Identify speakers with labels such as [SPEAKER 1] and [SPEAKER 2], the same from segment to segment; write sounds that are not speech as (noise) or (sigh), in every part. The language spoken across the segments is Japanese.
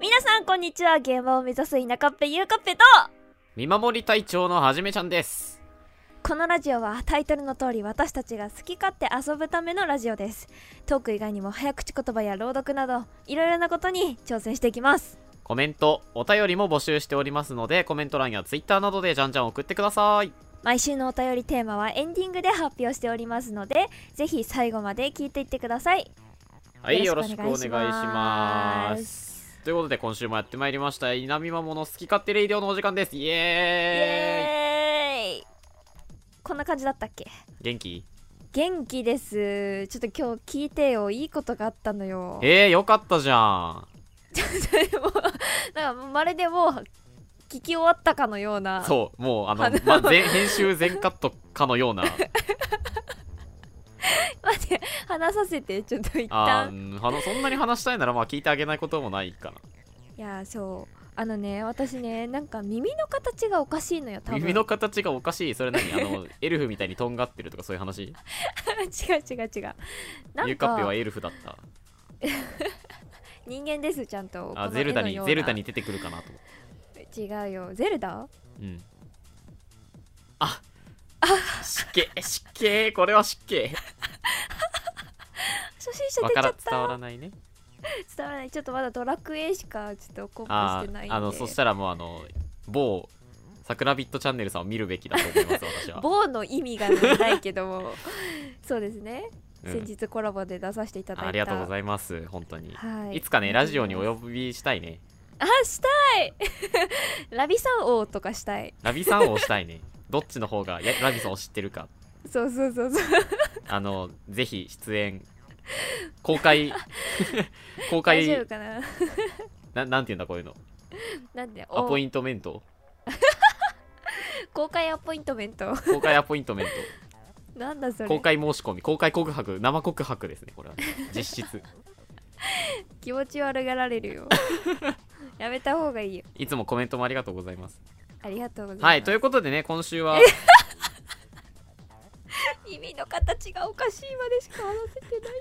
[SPEAKER 1] 皆さんこんにちは現場を目指す田舎っぺゆうかっぺと
[SPEAKER 2] 見守り隊長のはじめちゃんです
[SPEAKER 1] このラジオはタイトルの通り私たちが好き勝手遊ぶためのラジオですトーク以外にも早口言葉や朗読などいろいろなことに挑戦していきます
[SPEAKER 2] コメントお便りも募集しておりますのでコメント欄やツイッターなどでじゃんじゃん送ってください
[SPEAKER 1] 毎週のお便りテーマはエンディングで発表しておりますのでぜひ最後まで聞いていってください
[SPEAKER 2] はい
[SPEAKER 1] よ
[SPEAKER 2] よ
[SPEAKER 1] ろ
[SPEAKER 2] ろ
[SPEAKER 1] し
[SPEAKER 2] し
[SPEAKER 1] く
[SPEAKER 2] く
[SPEAKER 1] お
[SPEAKER 2] お
[SPEAKER 1] 願
[SPEAKER 2] 願
[SPEAKER 1] い
[SPEAKER 2] い
[SPEAKER 1] し
[SPEAKER 2] し
[SPEAKER 1] ま
[SPEAKER 2] ますすということで今週もやってまいりました稲見まもの好き勝手レイディオのお時間ですイ
[SPEAKER 1] イ
[SPEAKER 2] エーイ
[SPEAKER 1] エーイこんな感じだったっけ
[SPEAKER 2] 元気
[SPEAKER 1] 元気ですちょっと今日聞いてよいいことがあったのよ
[SPEAKER 2] えー、よかったじゃ
[SPEAKER 1] でもなんかまるでもう聞き終わったかのようなん
[SPEAKER 2] そうもうあの
[SPEAKER 1] あの、
[SPEAKER 2] ま、全編集全カットかのよ
[SPEAKER 1] (laughs)
[SPEAKER 2] うな
[SPEAKER 1] 待って話させてちょっと一
[SPEAKER 2] あー
[SPEAKER 1] 旦
[SPEAKER 2] うんあのそんなに話したいならまあ聞いてあげないこともないか
[SPEAKER 1] いやそうあのね私ねなんか耳の形がおかしいのよ多
[SPEAKER 2] な
[SPEAKER 1] 分
[SPEAKER 2] 耳の形がおかしいそれ何あのエルフみたいにとんがってるとかそういう話
[SPEAKER 1] (laughs) 違う違う違うな
[SPEAKER 2] ゆ
[SPEAKER 1] ん
[SPEAKER 2] うかっぺは
[SPEAKER 1] か
[SPEAKER 2] エルフだった
[SPEAKER 1] 人間ですちゃんとこ
[SPEAKER 2] あ
[SPEAKER 1] の
[SPEAKER 2] ゼルダに
[SPEAKER 1] 絵のような
[SPEAKER 2] ゼルダに出てくるかなと思って
[SPEAKER 1] 違うよゼルダ
[SPEAKER 2] うんあ湿気湿気これは湿
[SPEAKER 1] (laughs)
[SPEAKER 2] 気
[SPEAKER 1] 初心者
[SPEAKER 2] わ
[SPEAKER 1] 出ちゃ
[SPEAKER 2] か
[SPEAKER 1] っ
[SPEAKER 2] ら
[SPEAKER 1] た
[SPEAKER 2] 伝わらないね
[SPEAKER 1] 伝わらないちょっとまだドラクエしかちょっとコンボ
[SPEAKER 2] あ
[SPEAKER 1] してないんで
[SPEAKER 2] あのそしたらもうあの某桜ビットチャンネルさんを見るべきだと思います私は、
[SPEAKER 1] 棒の意味がない
[SPEAKER 2] (laughs)
[SPEAKER 1] けどもそうですね、
[SPEAKER 2] うん
[SPEAKER 1] 先日コラボで出させていただいた
[SPEAKER 2] ありがとうご
[SPEAKER 1] い
[SPEAKER 2] ざいます本当に、
[SPEAKER 1] ます、はい
[SPEAKER 2] い、つかねラジオにお
[SPEAKER 1] よ
[SPEAKER 2] 呼びしたいね
[SPEAKER 1] あしたい (laughs) ラビさん王とかしたい
[SPEAKER 2] ラビさんをした
[SPEAKER 1] (laughs)
[SPEAKER 2] いねどっちの方がやラビさんを知ってるか
[SPEAKER 1] そうそうそうそう
[SPEAKER 2] あのぜひ出演
[SPEAKER 1] (laughs)
[SPEAKER 2] 公開公
[SPEAKER 1] 大丈
[SPEAKER 2] 開
[SPEAKER 1] 夫かな
[SPEAKER 2] ななんていうんだこういうの
[SPEAKER 1] なんで
[SPEAKER 2] ア
[SPEAKER 1] お
[SPEAKER 2] ポイントメント
[SPEAKER 1] 公開アポイントメント
[SPEAKER 2] 公開アポイントメ
[SPEAKER 1] (laughs)
[SPEAKER 2] ント
[SPEAKER 1] なんだそれ
[SPEAKER 2] 公開申し込み公開告白生告白ですねこれは、
[SPEAKER 1] (laughs)
[SPEAKER 2] 実質
[SPEAKER 1] 気持ち悪がられ
[SPEAKER 2] (laughs)
[SPEAKER 1] るよやめた方がいいよ
[SPEAKER 2] いつもコメントもありがとうございます
[SPEAKER 1] ありがとうございます、
[SPEAKER 2] はいということでね今週は
[SPEAKER 1] 耳の形がおかしいまでしか話せてないんだよ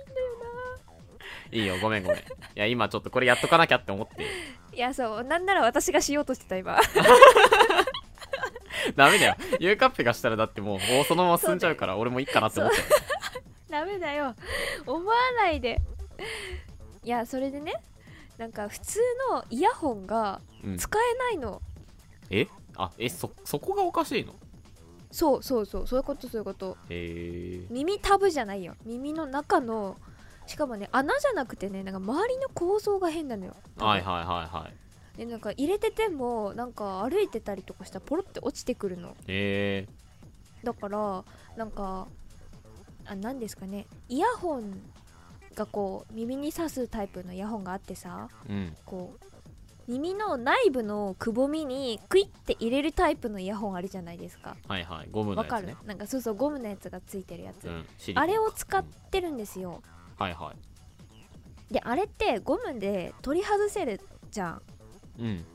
[SPEAKER 2] いいよごめんごめんいや今ちょっとこれやっとかなきゃって思って (laughs)
[SPEAKER 1] ないやそうなんなら私がしようとしてた今 (laughs)
[SPEAKER 2] ダメだよゆうかっぺがしたらだってもうもうそのまま進んじゃう
[SPEAKER 1] (laughs)
[SPEAKER 2] から俺もいいかなって思って
[SPEAKER 1] ダメだよ思わないでいやそれでねなんか普通のイヤホンが
[SPEAKER 2] うん
[SPEAKER 1] 使えないの、
[SPEAKER 2] えあえそそこがおかしいの
[SPEAKER 1] そうそうそうそういうことそういうこと
[SPEAKER 2] へえ
[SPEAKER 1] 耳タブじゃないよ耳の中のしかもね穴じゃなくてねなんか周りの構造が変なのよ
[SPEAKER 2] はいはいはいはい
[SPEAKER 1] でなんか入れててもなんか歩いてたりとかしたらポロって落ちてくるの
[SPEAKER 2] へえ
[SPEAKER 1] だからなんかあなんですかねイヤホンがこう耳に刺すタイプのイヤホンがあってさ
[SPEAKER 2] うん
[SPEAKER 1] こう耳の内部のくぼみにクイッて入れるタイプのイヤホンあるじゃないですか
[SPEAKER 2] はいはいゴムの
[SPEAKER 1] わ
[SPEAKER 2] や
[SPEAKER 1] か
[SPEAKER 2] つ
[SPEAKER 1] る、
[SPEAKER 2] ね
[SPEAKER 1] なんかそうそうゴムのやつがついてるやつ、
[SPEAKER 2] うんシリコン
[SPEAKER 1] あれを使ってるんですよ、
[SPEAKER 2] はいは
[SPEAKER 1] であれってゴムで取り外せるじゃん
[SPEAKER 2] いうん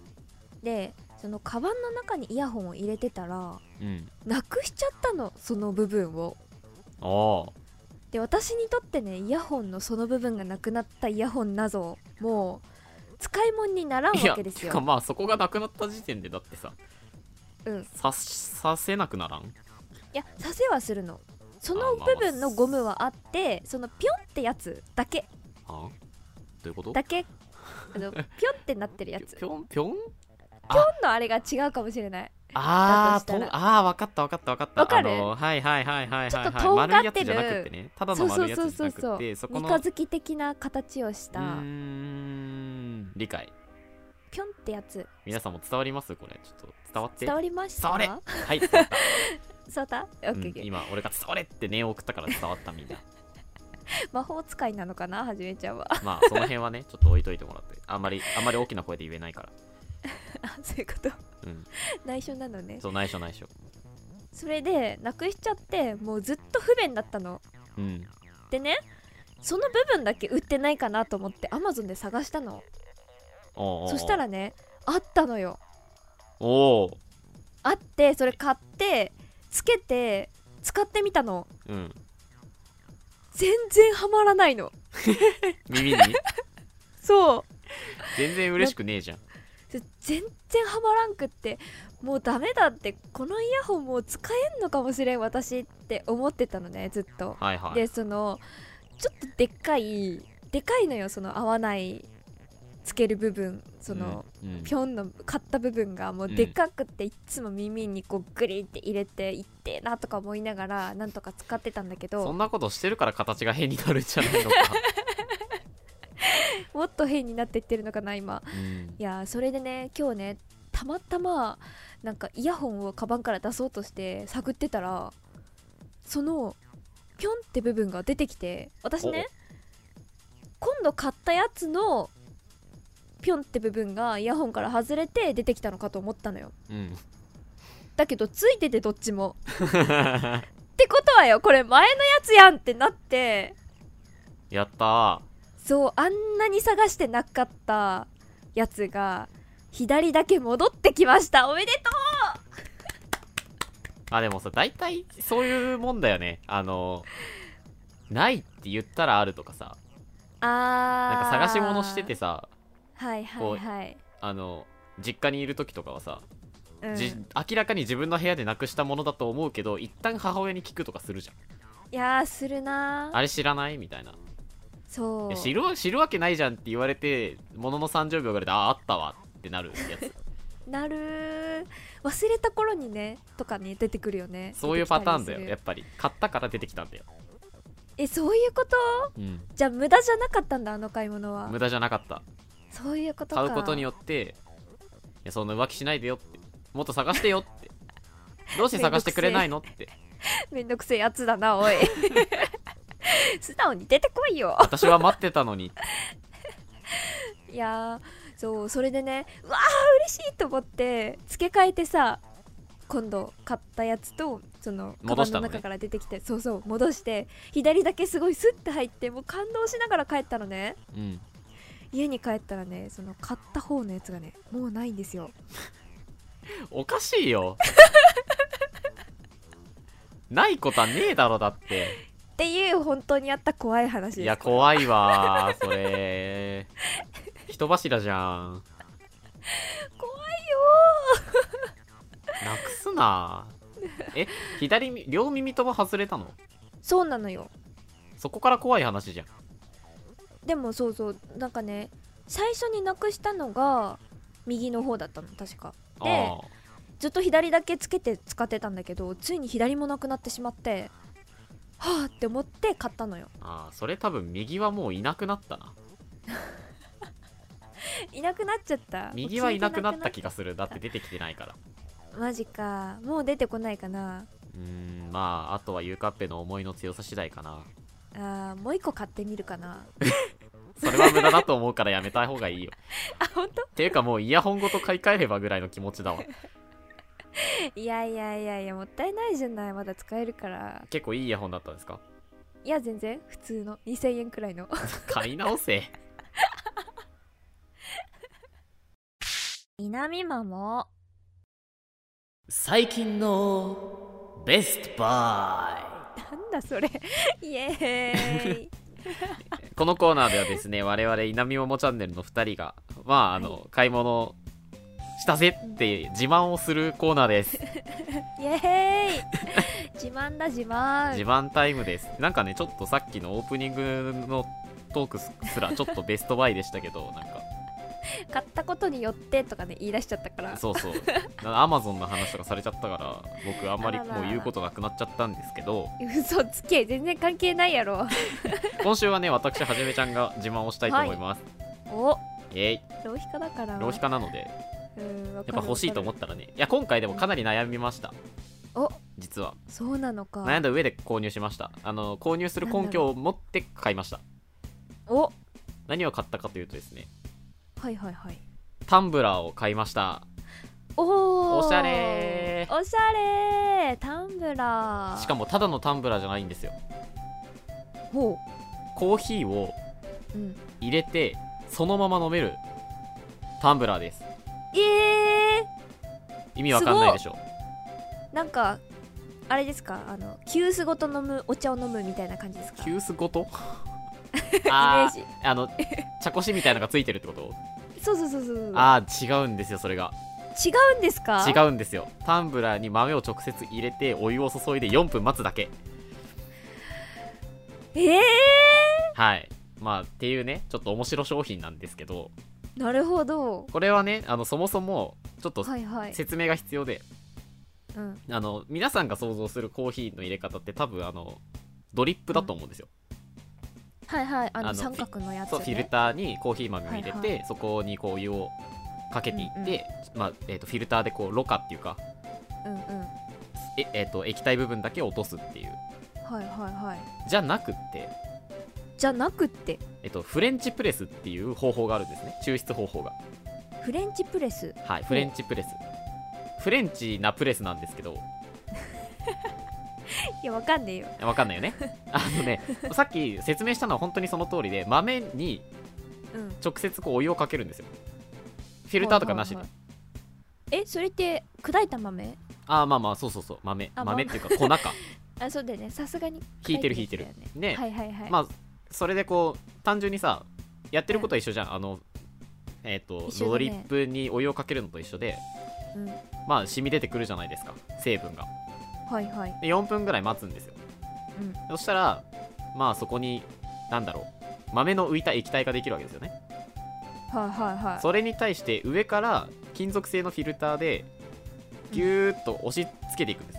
[SPEAKER 1] でそのカバンの中にイヤホンを入れてたら
[SPEAKER 2] うん
[SPEAKER 1] なくしちゃったのその部分を
[SPEAKER 2] ああ
[SPEAKER 1] で私にとってねイヤホンのその部分がなくなったイヤホン謎もう使い物にならん
[SPEAKER 2] いや
[SPEAKER 1] わけです
[SPEAKER 2] てか
[SPEAKER 1] よ、
[SPEAKER 2] まあそこがなくなった時点でだってさ
[SPEAKER 1] うん、い
[SPEAKER 2] ささせなくならん
[SPEAKER 1] やさせはするのそ
[SPEAKER 2] あ
[SPEAKER 1] の
[SPEAKER 2] まあまあ
[SPEAKER 1] 部分のゴムはあってそのピョンってやつだけ
[SPEAKER 2] あどういうこと
[SPEAKER 1] だけあのピョンってなってるやつ
[SPEAKER 2] ぴ
[SPEAKER 1] ピョン
[SPEAKER 2] ょんぴょん
[SPEAKER 1] のあれが違うかもしれない
[SPEAKER 2] あー
[SPEAKER 1] だと
[SPEAKER 2] と
[SPEAKER 1] したら
[SPEAKER 2] あーわかったわかったわかった
[SPEAKER 1] わかる
[SPEAKER 2] あのはいはいはいはいはいはい
[SPEAKER 1] ちょっととんがってる
[SPEAKER 2] 丸いやつじゃなくてねただ
[SPEAKER 1] そ
[SPEAKER 2] の
[SPEAKER 1] うそ
[SPEAKER 2] 丸
[SPEAKER 1] う
[SPEAKER 2] いや
[SPEAKER 1] そう
[SPEAKER 2] つじ
[SPEAKER 1] そ
[SPEAKER 2] ゃ
[SPEAKER 1] う
[SPEAKER 2] なく
[SPEAKER 1] そう
[SPEAKER 2] てそこ
[SPEAKER 1] 三
[SPEAKER 2] の
[SPEAKER 1] 日月的な形をし
[SPEAKER 2] うー
[SPEAKER 1] た
[SPEAKER 2] ん理解
[SPEAKER 1] ピョンってやつ
[SPEAKER 2] 皆さんも伝わりますこれちょっと伝わって
[SPEAKER 1] 伝わりました
[SPEAKER 2] 伝われはい伝わ
[SPEAKER 1] (laughs)
[SPEAKER 2] った
[SPEAKER 1] 伝わったオ
[SPEAKER 2] う
[SPEAKER 1] ッケーオッケ
[SPEAKER 2] ん
[SPEAKER 1] ー
[SPEAKER 2] 今俺が伝われって念を送ったから伝わったみんな
[SPEAKER 1] 魔法使いなのかなはじめちゃんは (laughs)
[SPEAKER 2] まあその辺はねちょっと置いといてもらってあんまりあんまり大きな声で言えないから
[SPEAKER 1] あそういうこと
[SPEAKER 2] うん
[SPEAKER 1] 内緒なのね
[SPEAKER 2] そう内緒内緒
[SPEAKER 1] それでなくしちゃってもうずっと不便だったの
[SPEAKER 2] うん
[SPEAKER 1] でねその部分だけ売ってないかなと思ってアマゾンで探したの
[SPEAKER 2] おうおうおう
[SPEAKER 1] そしたらねあったのよ
[SPEAKER 2] おお
[SPEAKER 1] あってそれ買ってつけて使ってみたの
[SPEAKER 2] うん
[SPEAKER 1] 全然ハマらないの
[SPEAKER 2] 耳に
[SPEAKER 1] そう
[SPEAKER 2] 全然嬉しくねえじゃ
[SPEAKER 1] (laughs)
[SPEAKER 2] ん
[SPEAKER 1] で全然ハマらんくってもうダメだってこのイヤホンもう使えんのかもしれん私って思ってたのねずっと、
[SPEAKER 2] はいはい
[SPEAKER 1] でそのちょっとでっかいでかいのよその合わないつける部分その、
[SPEAKER 2] うんうん
[SPEAKER 1] ぴょんの買った部分がもうでかくっていっつも耳にこうグリって入れていってえなとか思いながらなんとか使ってたんだけ
[SPEAKER 2] そ
[SPEAKER 1] ど
[SPEAKER 2] んなことしてるから形が変になるんじゃないのか、
[SPEAKER 1] もっと変になっていってるのかな今
[SPEAKER 2] うん
[SPEAKER 1] いやーそれでね今日ねたまたまなんかイヤホンをカバンから出そうとして探ってたらそのピョンって部分が出てきて私ね今度買ったやつのピョンって部分がイヤホンから外れて出てきたのかと思ったのよ
[SPEAKER 2] うん、
[SPEAKER 1] だけどついててどっちもってことはよこれ前のやつやんってなって
[SPEAKER 2] やったー
[SPEAKER 1] そうあんなに探してなかったやつが左だけ戻ってきましたおめでとう
[SPEAKER 2] あでもさ大体そういうもんだよねあのないって言ったらあるとかさ
[SPEAKER 1] あ
[SPEAKER 2] なん
[SPEAKER 1] ー
[SPEAKER 2] か探し物しててさ
[SPEAKER 1] はいはいはい、
[SPEAKER 2] あの実家にいる時とかはさ、
[SPEAKER 1] うん、
[SPEAKER 2] じ
[SPEAKER 1] い
[SPEAKER 2] 明らかに自分の部屋でなくしたものだと思うけど一旦母親に聞くとかするじゃん
[SPEAKER 1] やーするなー
[SPEAKER 2] あれ知らないみたいない
[SPEAKER 1] そう
[SPEAKER 2] や知るわ知るわけないじゃんって言われてものの30秒ぐらいであああったわってなるや
[SPEAKER 1] (laughs)
[SPEAKER 2] つ
[SPEAKER 1] なるー忘れた頃にねとかね出てくるよね
[SPEAKER 2] そういうパターンだよ
[SPEAKER 1] 出
[SPEAKER 2] やって
[SPEAKER 1] きたり
[SPEAKER 2] ぱり買ったから出てきたんだよ、
[SPEAKER 1] するえそういうこと
[SPEAKER 2] うん、
[SPEAKER 1] じゃあ無駄じゃなかったんだあの買い物は
[SPEAKER 2] 無駄じゃなかった
[SPEAKER 1] そういうことか
[SPEAKER 2] 買うことによっていやそんな浮気しないでよってもっと探してよ
[SPEAKER 1] (laughs)
[SPEAKER 2] ってどうして探してくれないのって
[SPEAKER 1] めんどくせえやつだな
[SPEAKER 2] (laughs)
[SPEAKER 1] おい素直に出てこいよ
[SPEAKER 2] 私は待ってたのに
[SPEAKER 1] いやーそうそれでねうわー嬉しいと思って付け替えてさ今度買ったやつとそのカ
[SPEAKER 2] 戻
[SPEAKER 1] バ
[SPEAKER 2] し
[SPEAKER 1] ン
[SPEAKER 2] た
[SPEAKER 1] の
[SPEAKER 2] のね
[SPEAKER 1] 中から出てきて、そうそう戻して左だけすごいスッて入ってもう感動しながら帰ったのね
[SPEAKER 2] うん
[SPEAKER 1] 家に帰ったらねその買った方のやつがねもうないんですよ
[SPEAKER 2] おかし
[SPEAKER 1] (laughs)
[SPEAKER 2] いよないことはねえだろだって
[SPEAKER 1] っていう本当にあった怖い話です
[SPEAKER 2] いや怖いわーそれ人柱じゃん
[SPEAKER 1] 怖い
[SPEAKER 2] なくすなえ左み両耳とも外れたの
[SPEAKER 1] よそうなのよ
[SPEAKER 2] そこから怖い話じゃん
[SPEAKER 1] でもそうそうなんかね最初になくしたのが右の方だったの確かで
[SPEAKER 2] ああ
[SPEAKER 1] ずっと左だけつけて使ってたんだけどついに左もなくなってしまってはあって思って買ったのよ
[SPEAKER 2] ああそれ多分右はもういなくなったない
[SPEAKER 1] なくなっちゃった
[SPEAKER 2] 右はいなくなった気
[SPEAKER 1] き
[SPEAKER 2] がするだって出てきてないから
[SPEAKER 1] マジかもう出てこないかな
[SPEAKER 2] うーんまああとはゆうかっぺの思いの強さ次第かな
[SPEAKER 1] あーもう一個買ってみるかな
[SPEAKER 2] それは無駄だと思うからやめた方が (laughs) いいよ
[SPEAKER 1] あ本当
[SPEAKER 2] っていうかもうイヤホンごと買い替えればぐらいの気持ちだわ
[SPEAKER 1] いやいやいやいやもったいないじゃないまだ使えるから
[SPEAKER 2] 結構いいイヤホンだったんですか
[SPEAKER 1] いや全然普通の2000円くらいの
[SPEAKER 2] 買い直せ
[SPEAKER 1] 南マモ
[SPEAKER 2] 最近のベストバ
[SPEAKER 1] なんだそれイエーイ
[SPEAKER 2] (laughs) イこのコーナーではですね我々稲見ももチャンネルの2人がまああの、
[SPEAKER 1] は
[SPEAKER 2] 買い物したぜって自慢をするコーナーです
[SPEAKER 1] イエーイ自慢だ自慢
[SPEAKER 2] 自慢タイムですなんかねちょっとさっきのオープニングのトークすらちょっとベストバイでしたけどなんか
[SPEAKER 1] 買ったことによってとかね言い出しちゃったから
[SPEAKER 2] そ
[SPEAKER 1] (laughs)
[SPEAKER 2] うそうアマゾンの話とかされちゃったから僕あんまり
[SPEAKER 1] あらら
[SPEAKER 2] もう言うことなくなっちゃったんですけど
[SPEAKER 1] 嘘つけ全然関係ないやろ
[SPEAKER 2] 今週はね私はじめちゃんが自慢をしたいと思います、
[SPEAKER 1] お
[SPEAKER 2] イエイ
[SPEAKER 1] 浪費家だから
[SPEAKER 2] 浪費家なので
[SPEAKER 1] うんやっ
[SPEAKER 2] やっぱ欲しいと思ったらねいや今回でもかなり悩みました
[SPEAKER 1] お
[SPEAKER 2] 実は
[SPEAKER 1] そうなのか
[SPEAKER 2] 悩んだ上で購入しましたあの購入する根拠を持って買いました
[SPEAKER 1] お
[SPEAKER 2] 何を買ったかというとですね
[SPEAKER 1] はいはいはい
[SPEAKER 2] タンブラーを買いました
[SPEAKER 1] おー
[SPEAKER 2] おしゃれ
[SPEAKER 1] おしゃれータンブラー
[SPEAKER 2] しか
[SPEAKER 1] も
[SPEAKER 2] もただのタンブラーじゃないんですよ
[SPEAKER 1] ほ
[SPEAKER 2] コーヒーを
[SPEAKER 1] う、うん、
[SPEAKER 2] 入れてそのまま飲めるタンブラーです
[SPEAKER 1] え
[SPEAKER 2] 意味わかんないでしょ
[SPEAKER 1] ー、なんか (laughs) あれですかあの急須ごと飲むお茶を飲むみたいな感じですか
[SPEAKER 2] 急須ごとあ
[SPEAKER 1] イメー
[SPEAKER 2] あの茶こしみたいなのがついてるってこと
[SPEAKER 1] そうそうそうそうそう
[SPEAKER 2] ああ違うんですよそれが
[SPEAKER 1] 違うんですか
[SPEAKER 2] 違うんですよタンブラーに豆を直接入れてお湯を注いで4分待つだけ
[SPEAKER 1] ええ
[SPEAKER 2] はいまあっていうねちょっと面白商品なんですけど
[SPEAKER 1] ー、なるほど
[SPEAKER 2] これはねあのそもそもちょっと
[SPEAKER 1] はいはい、
[SPEAKER 2] 説明が必要で、
[SPEAKER 1] うん、
[SPEAKER 2] あの皆さんが想像するコーヒーの入れ方って多分あのドリップだと思うんですよ、
[SPEAKER 1] はいはいあの
[SPEAKER 2] あの
[SPEAKER 1] 三角のやつ、ね、
[SPEAKER 2] そうフィルターにコーヒー豆を入れて、
[SPEAKER 1] はい
[SPEAKER 2] そこにこうお湯をかけていって、まあえー、とフィルターでこうろ過っていうか
[SPEAKER 1] うんうんはい
[SPEAKER 2] え、えー、と液体部分だけ落とすっていう
[SPEAKER 1] はいはい
[SPEAKER 2] じゃなくって、
[SPEAKER 1] じゃなくって
[SPEAKER 2] えっと、フレンチプレスっていう方法があるんですね抽出方法が
[SPEAKER 1] フレンチプレス
[SPEAKER 2] はいフレンチプレスフレンチなプレスなんですけど
[SPEAKER 1] (laughs) いやわかんねえよ
[SPEAKER 2] わか
[SPEAKER 1] (laughs)
[SPEAKER 2] んないよねあのねさっき説明したのは本当にその通りで豆に
[SPEAKER 1] うん
[SPEAKER 2] 直接こうお湯をかけるんですよフィルターとかなしで、
[SPEAKER 1] はいはいはいえそれって砕いた豆
[SPEAKER 2] ああまあまあそうそうそう豆
[SPEAKER 1] あ
[SPEAKER 2] 豆っていうか
[SPEAKER 1] (laughs)
[SPEAKER 2] 粉か
[SPEAKER 1] あそうだよねさすがに
[SPEAKER 2] 引いてる引いてる
[SPEAKER 1] やつだよね
[SPEAKER 2] ね、
[SPEAKER 1] はいはいはい、
[SPEAKER 2] まあそれでこう単純にさやってることは一緒じゃん、あのえっ、と、
[SPEAKER 1] 一緒だね
[SPEAKER 2] ドリップにお湯をかけるのと一緒で
[SPEAKER 1] うん、は
[SPEAKER 2] まあ染み出てくるじゃないですか成分が
[SPEAKER 1] いはい
[SPEAKER 2] で4分ぐらい待つんですよ、
[SPEAKER 1] うん
[SPEAKER 2] そしたらまあそこになんだろう豆の浮いた液体ができるわけですよね
[SPEAKER 1] はいはいはい
[SPEAKER 2] それに対して上から金属製のフィルターでギューッと押し付けていくんです、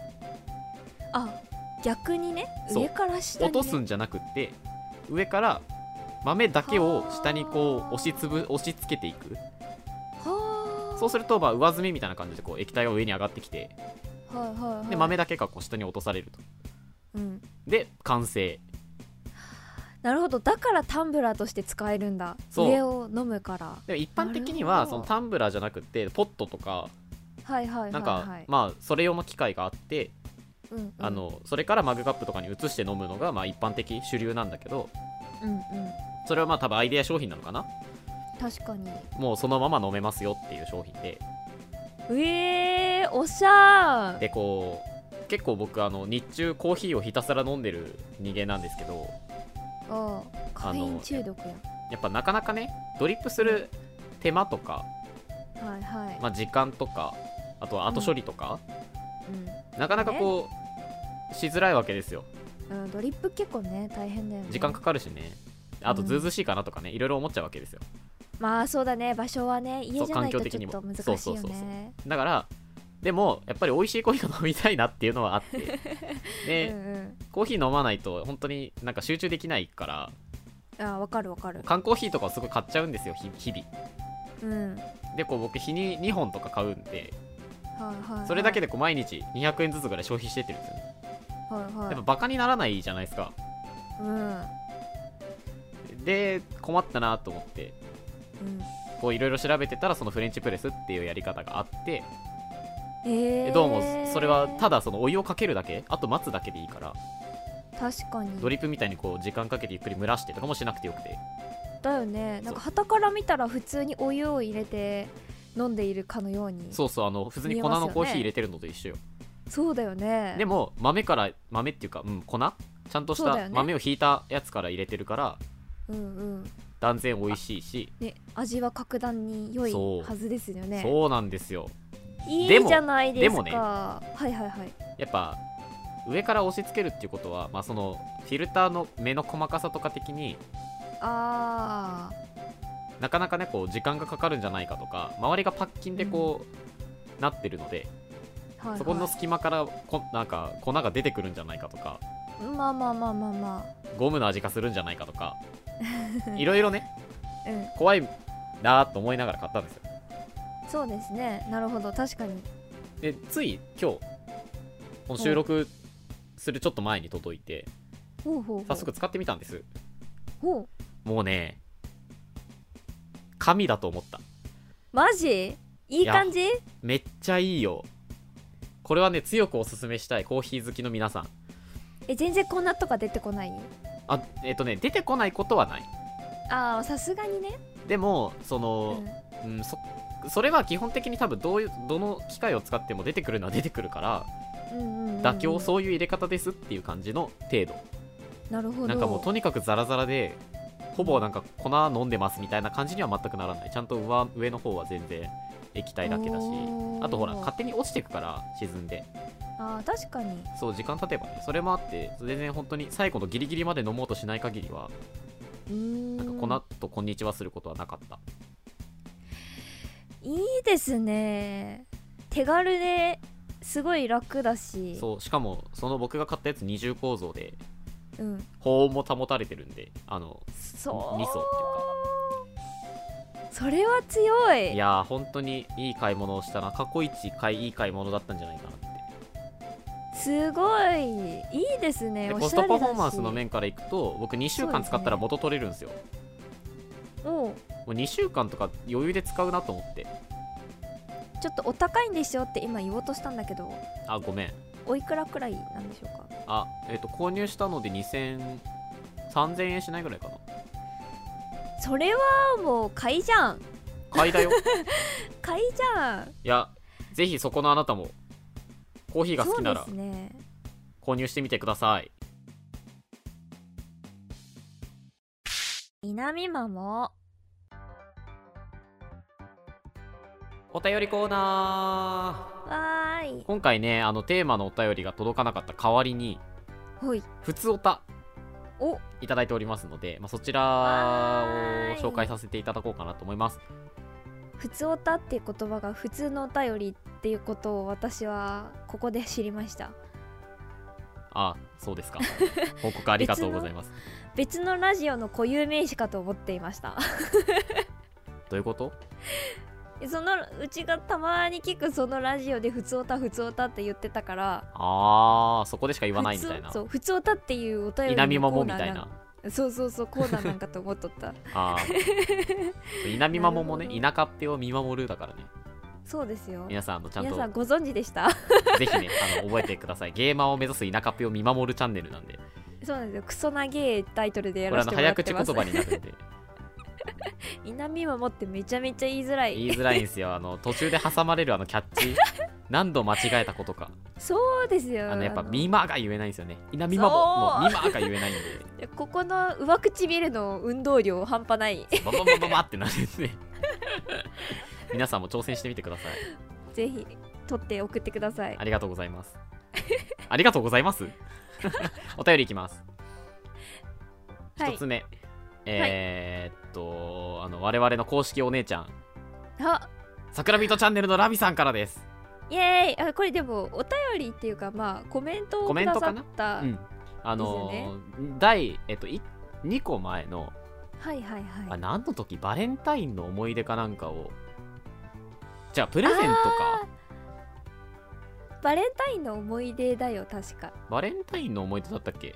[SPEAKER 1] あ逆にね
[SPEAKER 2] そう
[SPEAKER 1] 上から下に、
[SPEAKER 2] 落
[SPEAKER 1] ね、
[SPEAKER 2] とすんじゃなくって上から豆だけを下にこう押しつぶ押し付けていく
[SPEAKER 1] はあ
[SPEAKER 2] そうするとまあ上積みみたいな感じでこう液体が上に上がってきて
[SPEAKER 1] はいはいはい
[SPEAKER 2] で豆だけがこう下に落とされると
[SPEAKER 1] うん
[SPEAKER 2] で完成
[SPEAKER 1] なるほどだからタンブラーとして使えるんだ
[SPEAKER 2] そう
[SPEAKER 1] 上を飲むから
[SPEAKER 2] でも一般的に
[SPEAKER 1] なるほ
[SPEAKER 2] は
[SPEAKER 1] ど
[SPEAKER 2] そのタンブラーじゃなくてポットとか
[SPEAKER 1] はいはいはいはい
[SPEAKER 2] なんかまあそれ用の機械があって
[SPEAKER 1] うんうん、
[SPEAKER 2] あのそれからマグカップとかに移して飲むのがまあ一般的主流なんだけど
[SPEAKER 1] うんうん
[SPEAKER 2] それはまあ多分アイデア商品なのかな
[SPEAKER 1] 確かに
[SPEAKER 2] もうそのまま飲めますよっていう商品で
[SPEAKER 1] えー、おしゃー
[SPEAKER 2] でこう結構僕あの日中コーヒーをひたすら飲んでる人間なんですけど
[SPEAKER 1] ああカフェイン中毒や
[SPEAKER 2] やっぱなかなかねドリップする手間とか、
[SPEAKER 1] はいはい、
[SPEAKER 2] まあ、時間とかあとは後処理とか、
[SPEAKER 1] う
[SPEAKER 2] なかなかこうしづらいわけですよ
[SPEAKER 1] んうん、ドリップ結構ね大変だよね
[SPEAKER 2] 時間かかるしねあと
[SPEAKER 1] うん
[SPEAKER 2] ずうずうしいかなとかねいろいろ思っちゃうわけですよ
[SPEAKER 1] まあそうだね場所はね家じゃない
[SPEAKER 2] 環境
[SPEAKER 1] と
[SPEAKER 2] 的
[SPEAKER 1] ち
[SPEAKER 2] に
[SPEAKER 1] ょっ
[SPEAKER 2] も
[SPEAKER 1] と難しいよ
[SPEAKER 2] そうそうそうそう
[SPEAKER 1] ね
[SPEAKER 2] だからでもやっぱり美味しいコーヒーが飲みたいなっていうのはあっ
[SPEAKER 1] (laughs)
[SPEAKER 2] て
[SPEAKER 1] う
[SPEAKER 2] で、
[SPEAKER 1] ん
[SPEAKER 2] コーヒー飲まないと本当になんか集中できないから
[SPEAKER 1] うんあわかるわかる
[SPEAKER 2] 缶コーヒーとかをすごい買っちゃうんですよひ日々
[SPEAKER 1] うんはい
[SPEAKER 2] でこう僕日に2本とか買うんで
[SPEAKER 1] はい、はい、
[SPEAKER 2] それだけ
[SPEAKER 1] で
[SPEAKER 2] でこう毎日200円ずつぐらい消費してってるんですよね
[SPEAKER 1] はい
[SPEAKER 2] や
[SPEAKER 1] は
[SPEAKER 2] っ
[SPEAKER 1] い
[SPEAKER 2] ぱバカにならないじゃないですか
[SPEAKER 1] うん
[SPEAKER 2] で困ったなと思って
[SPEAKER 1] うん
[SPEAKER 2] こういろいろ調べてたらそのフレンチプレスっていうやり方があって
[SPEAKER 1] えー、
[SPEAKER 2] どうもそれはただそのお湯をかけるだけあと待つだけでいいから
[SPEAKER 1] 確かに
[SPEAKER 2] ドリップみたいにこう時間かけてゆっくり蒸らしてとかもしなくてよくて
[SPEAKER 1] だよねなんか旗から見たら普通にお湯を入れて飲んでいるかのように
[SPEAKER 2] そうそうあの普通に
[SPEAKER 1] 見え
[SPEAKER 2] 粉
[SPEAKER 1] ますよ
[SPEAKER 2] の
[SPEAKER 1] ね
[SPEAKER 2] コーヒー入れてるのと一緒よ
[SPEAKER 1] そうだよね
[SPEAKER 2] でも豆から豆っていうか、うん、粉ちゃんとし
[SPEAKER 1] そうだよ
[SPEAKER 2] た
[SPEAKER 1] ね
[SPEAKER 2] 豆をひいたやつから入れてるから
[SPEAKER 1] うんうん
[SPEAKER 2] 断然美味しいし、
[SPEAKER 1] ね味は格段に良い
[SPEAKER 2] そう
[SPEAKER 1] はずですよね
[SPEAKER 2] そうなんですよ
[SPEAKER 1] い
[SPEAKER 2] で
[SPEAKER 1] い
[SPEAKER 2] も
[SPEAKER 1] じゃないですか
[SPEAKER 2] でもね
[SPEAKER 1] はいはいはい
[SPEAKER 2] やっぱ上から押し付けるっていうことは、まあ、そのフィルターの目の細かさとか的に
[SPEAKER 1] あー
[SPEAKER 2] なかなかねこう時間がかかるんじゃないかとか周りがパッキンでこう、なってるので
[SPEAKER 1] はいはい
[SPEAKER 2] そこの隙間からこなんか粉が出てくるんじゃないかとか
[SPEAKER 1] まあまあまあまあま
[SPEAKER 2] ゴムの味がするんじゃないか
[SPEAKER 1] (laughs)
[SPEAKER 2] とかいろいろね
[SPEAKER 1] あうん
[SPEAKER 2] 怖いなーと思いながら買ったんですよ
[SPEAKER 1] そうですねなるほど確かに
[SPEAKER 2] でつい今日この収録するちょっと前に届いて
[SPEAKER 1] ほうほうほう
[SPEAKER 2] 早速使ってみたんです
[SPEAKER 1] ほう
[SPEAKER 2] もうね神だと思った
[SPEAKER 1] マジいい
[SPEAKER 2] や
[SPEAKER 1] 感じ
[SPEAKER 2] めっちゃいいよこれはね強くおすすめしたいコーヒー好きの皆さん
[SPEAKER 1] え全然こんなとか出てこない
[SPEAKER 2] あえっ、とね出てこないことはない
[SPEAKER 1] ああさすがにね、
[SPEAKER 2] でもそうの
[SPEAKER 1] ん、、
[SPEAKER 2] うん、そそれは基本的に多分どういうどの機械を使っても出てくるのは出てくるから
[SPEAKER 1] うんうんうんうん
[SPEAKER 2] 妥協そういう入れ方ですっていう感じの程度
[SPEAKER 1] なるほど
[SPEAKER 2] なんかもうとにかくザラザラでほぼなんか粉飲んでますみたいな感じには全くならないちゃんと上上の方は全然液体だけだし
[SPEAKER 1] おー
[SPEAKER 2] あとほら勝手に落ちてくから沈んで
[SPEAKER 1] あー確かに
[SPEAKER 2] そう時間経てばねそれもあって全然本当に最後のギリギリまで飲もうとしない限りは
[SPEAKER 1] うーん
[SPEAKER 2] なんか粉とこんにちはすることはなかった
[SPEAKER 1] いいですね手軽ですごい楽だし
[SPEAKER 2] そうしかもその僕が買ったやつ二重構造で
[SPEAKER 1] う,、ん、
[SPEAKER 2] 保温も保たれてるんであの
[SPEAKER 1] そう
[SPEAKER 2] 味噌っていう
[SPEAKER 1] それは強い
[SPEAKER 2] いやー本当にいい買い物をしたな過去一買いいい買い物だったんじゃないかなって
[SPEAKER 1] すごいいいですね
[SPEAKER 2] で
[SPEAKER 1] お
[SPEAKER 2] コス
[SPEAKER 1] しゃ
[SPEAKER 2] ト
[SPEAKER 1] れだ
[SPEAKER 2] パ
[SPEAKER 1] し
[SPEAKER 2] フォーマンスの面からいくと僕2週間使ったら元取れるんですよ
[SPEAKER 1] おう
[SPEAKER 2] もう2週間とか余裕で使うなと思って
[SPEAKER 1] ちょっとお高いんでしょって今言おうとしたんだけど
[SPEAKER 2] あごめん
[SPEAKER 1] おいくらくらいなんでしょうか
[SPEAKER 2] あえっ、と購入したので2000 3000円しないぐらいかな
[SPEAKER 1] それはもう買いじゃん
[SPEAKER 2] 買いだよ
[SPEAKER 1] 買いじゃん
[SPEAKER 2] いやぜひそこのあなたもコーヒーが好きなら
[SPEAKER 1] そうですね
[SPEAKER 2] 購入してみてください
[SPEAKER 1] 南マも
[SPEAKER 2] お便りコーナ
[SPEAKER 1] わー
[SPEAKER 2] ー
[SPEAKER 1] い
[SPEAKER 2] 今回ねあのテーマのお便りが届かなかった代わりに
[SPEAKER 1] ほい
[SPEAKER 2] 普通おた
[SPEAKER 1] お
[SPEAKER 2] いただいておりますので、まあ、そちら
[SPEAKER 1] わーい
[SPEAKER 2] を紹介させていただこうかなと思います
[SPEAKER 1] 普通おたって言葉が普通のお便りっていうことを私はここで知りました
[SPEAKER 2] あそうで
[SPEAKER 1] (laughs)
[SPEAKER 2] すか報告ありがとうございます
[SPEAKER 1] 別のラジオの固有名詞かと思っていました
[SPEAKER 2] どういうこと
[SPEAKER 1] そのうちがたまに聞くそのラジオで普通おた普通おたって言ってたから
[SPEAKER 2] ああそこでしか言わないみたい
[SPEAKER 1] 普
[SPEAKER 2] な
[SPEAKER 1] 通そう普通歌っていうお便り
[SPEAKER 2] 稲見
[SPEAKER 1] の
[SPEAKER 2] も
[SPEAKER 1] コ
[SPEAKER 2] も
[SPEAKER 1] ー
[SPEAKER 2] み
[SPEAKER 1] ナー
[SPEAKER 2] たい
[SPEAKER 1] ん
[SPEAKER 2] な
[SPEAKER 1] そうそうそうコーナーなんかと思っとった
[SPEAKER 2] (laughs) あ
[SPEAKER 1] (laughs)
[SPEAKER 2] あ稲見まももね
[SPEAKER 1] なるほ
[SPEAKER 2] 田舎っぺを見守るだからね
[SPEAKER 1] そうですよ
[SPEAKER 2] 皆さんあのちゃん
[SPEAKER 1] 皆
[SPEAKER 2] と
[SPEAKER 1] さんご存知でした
[SPEAKER 2] ぜひねあの覚えてくださいゲーマーを目指す田舎っぺを見守るチャンネルなんでこ
[SPEAKER 1] そうなんですよクソなげえタイトルでや
[SPEAKER 2] れ
[SPEAKER 1] ら
[SPEAKER 2] あ
[SPEAKER 1] せて
[SPEAKER 2] の
[SPEAKER 1] もら
[SPEAKER 2] 早
[SPEAKER 1] って
[SPEAKER 2] 口
[SPEAKER 1] ま
[SPEAKER 2] 言
[SPEAKER 1] す
[SPEAKER 2] 葉になるんで
[SPEAKER 1] 稲見守ってめちゃめちゃ言いづら
[SPEAKER 2] 言
[SPEAKER 1] い
[SPEAKER 2] いづらいんですよあの途中で挟まれるあのキャッチ
[SPEAKER 1] (laughs)
[SPEAKER 2] 何度間違えたことか
[SPEAKER 1] そうですよ
[SPEAKER 2] あのやっぱ「
[SPEAKER 1] あの
[SPEAKER 2] みま」が言えないんですよね「稲見まも」
[SPEAKER 1] そ
[SPEAKER 2] の「みま」が言えないんで
[SPEAKER 1] ここの上唇の運動量半端ない
[SPEAKER 2] バババババってなるんで皆さんも挑戦してみてください
[SPEAKER 1] ぜひ撮って送ってください
[SPEAKER 2] ありがとうございますありがとうございます (laughs) お便りいきます一、
[SPEAKER 1] はい
[SPEAKER 2] つ目えーっとあの我々の公式お姉ちゃん
[SPEAKER 1] あ
[SPEAKER 2] 桜人チャンネルのラビさんからです
[SPEAKER 1] イエーイあこれでもお便りっていうかまあコメントを
[SPEAKER 2] コ
[SPEAKER 1] く
[SPEAKER 2] メン
[SPEAKER 1] だ
[SPEAKER 2] ト
[SPEAKER 1] さ
[SPEAKER 2] か
[SPEAKER 1] っ
[SPEAKER 2] な
[SPEAKER 1] た、
[SPEAKER 2] うんあの
[SPEAKER 1] ですよ
[SPEAKER 2] 第、えっと、2個前の、
[SPEAKER 1] はいはい
[SPEAKER 2] あ
[SPEAKER 1] はい
[SPEAKER 2] 何の時バレンタインの思い出かなんかをじゃあプレゼントか
[SPEAKER 1] バレンタインの思い出だよ確か
[SPEAKER 2] バレンタインの思い出だったっけ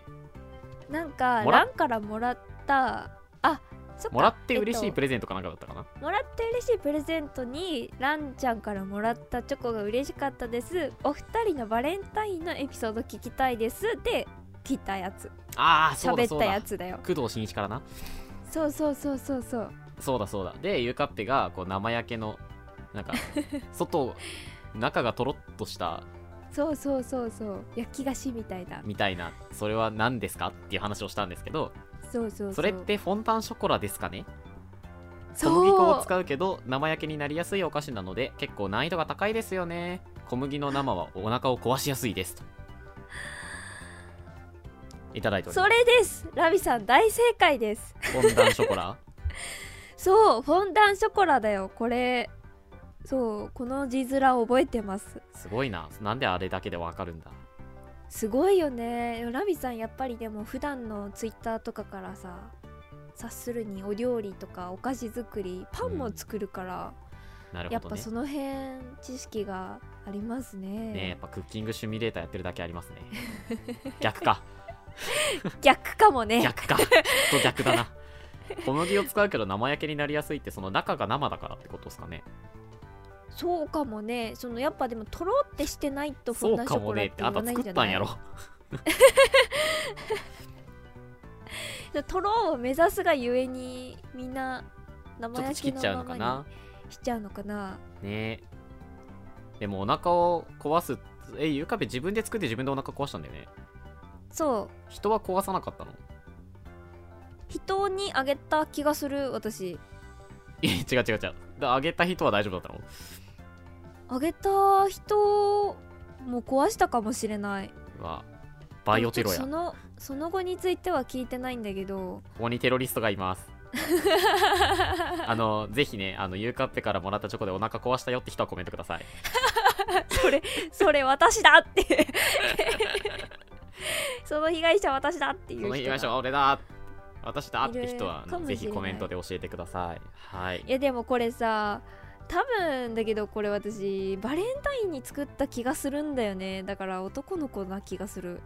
[SPEAKER 1] なんか
[SPEAKER 2] もら
[SPEAKER 1] ランからもらったあそっか
[SPEAKER 2] もらって嬉しいプ
[SPEAKER 1] レ、
[SPEAKER 2] レゼントかなんかだったかな、
[SPEAKER 1] えっともらって嬉しいプレゼントにランちゃんからもらったチョコが嬉しかったですお二人のバレンタインのエピソード聞きたいですで聞いたやつ
[SPEAKER 2] ああそうだ
[SPEAKER 1] 喋
[SPEAKER 2] そ
[SPEAKER 1] っ
[SPEAKER 2] う
[SPEAKER 1] た
[SPEAKER 2] だ
[SPEAKER 1] やつだよ
[SPEAKER 2] 工藤新一からな
[SPEAKER 1] そうそうそうそうそう
[SPEAKER 2] そうだそうだでゆかっぺがこう生焼けのな
[SPEAKER 1] (laughs)
[SPEAKER 2] んか外中がとろっとした
[SPEAKER 1] そうそうそうそう焼き菓子みたいな
[SPEAKER 2] みたいなそれは何ですかっていう話をしたんですけど
[SPEAKER 1] そうそうそう
[SPEAKER 2] それってフォンタンショコラですかね小
[SPEAKER 1] そう
[SPEAKER 2] 麦粉を使うけど生焼けになりやすいお菓子なので結構難易度が高いですよね小麦の生はお腹を壊しやすいですといただいており
[SPEAKER 1] そ
[SPEAKER 2] ま
[SPEAKER 1] れですラビさん大正解です (laughs)
[SPEAKER 2] すフォンタンショコラ
[SPEAKER 1] そうフォンダンショコラだよこれそうこの字面覚えてます
[SPEAKER 2] すごいななんであれだけでわかるんだ
[SPEAKER 1] すごいよねラビさんやっぱりでも普段のツイッターとかからさ察するにお料理とかお菓子作りパンも作るから、
[SPEAKER 2] なる
[SPEAKER 1] や
[SPEAKER 2] ほ
[SPEAKER 1] っ
[SPEAKER 2] ど
[SPEAKER 1] ぱ
[SPEAKER 2] ね
[SPEAKER 1] その辺知識がありますね
[SPEAKER 2] ねやっぱクッキングシミュレーターやってるだけありま
[SPEAKER 1] (laughs)
[SPEAKER 2] すね逆か
[SPEAKER 1] 逆かもね
[SPEAKER 2] 逆かと逆だな小麦を使うけど生焼けになりやすいってその中が生だからってことですかね
[SPEAKER 1] そうかもねそのやっぱでもとろってしてないとフ
[SPEAKER 2] そ
[SPEAKER 1] ォン
[SPEAKER 2] う
[SPEAKER 1] ダンシ
[SPEAKER 2] か
[SPEAKER 1] ョ
[SPEAKER 2] も
[SPEAKER 1] コラ
[SPEAKER 2] ね
[SPEAKER 1] っ
[SPEAKER 2] っててあ
[SPEAKER 1] 言
[SPEAKER 2] ん
[SPEAKER 1] わ
[SPEAKER 2] た
[SPEAKER 1] ないん
[SPEAKER 2] 作
[SPEAKER 1] じゃ
[SPEAKER 2] った
[SPEAKER 1] ない
[SPEAKER 2] んやろ
[SPEAKER 1] とろを目指すがゆえにみんな
[SPEAKER 2] ち
[SPEAKER 1] 生
[SPEAKER 2] ょっと
[SPEAKER 1] 焼
[SPEAKER 2] ち
[SPEAKER 1] け
[SPEAKER 2] ぎっちゃう
[SPEAKER 1] の
[SPEAKER 2] のか
[SPEAKER 1] まま
[SPEAKER 2] な
[SPEAKER 1] にしちゃうのかな
[SPEAKER 2] ねでもお腹を壊すえゆうかべ自分で作って自分でお腹壊したんだよね
[SPEAKER 1] そう
[SPEAKER 2] 人は壊さなかったの
[SPEAKER 1] 人にあげた気がする私
[SPEAKER 2] いや違う違う違うであげた人は大丈夫だったの
[SPEAKER 1] あげた人も壊したかもしれない
[SPEAKER 2] はバイオテロ
[SPEAKER 1] でも
[SPEAKER 2] や
[SPEAKER 1] ちょっとそのその後については聞いてないんだけど
[SPEAKER 2] ここにテロリストがいます (laughs) あのぜひねあのゆうかっぺからもらったチョコでお腹壊したよって人はコメントください
[SPEAKER 1] それそれ私だって (laughs) その被害者私だっていう人
[SPEAKER 2] その
[SPEAKER 1] が
[SPEAKER 2] 日言いましょう俺だ私だって人は
[SPEAKER 1] る
[SPEAKER 2] い
[SPEAKER 1] か
[SPEAKER 2] あの
[SPEAKER 1] もしれ
[SPEAKER 2] ぜ
[SPEAKER 1] ない
[SPEAKER 2] ひコメントで教えてくださいはい
[SPEAKER 1] いやでもこれさ多分だけどこれ私バレンタインに作った気がするんだよねだから男の子な気がする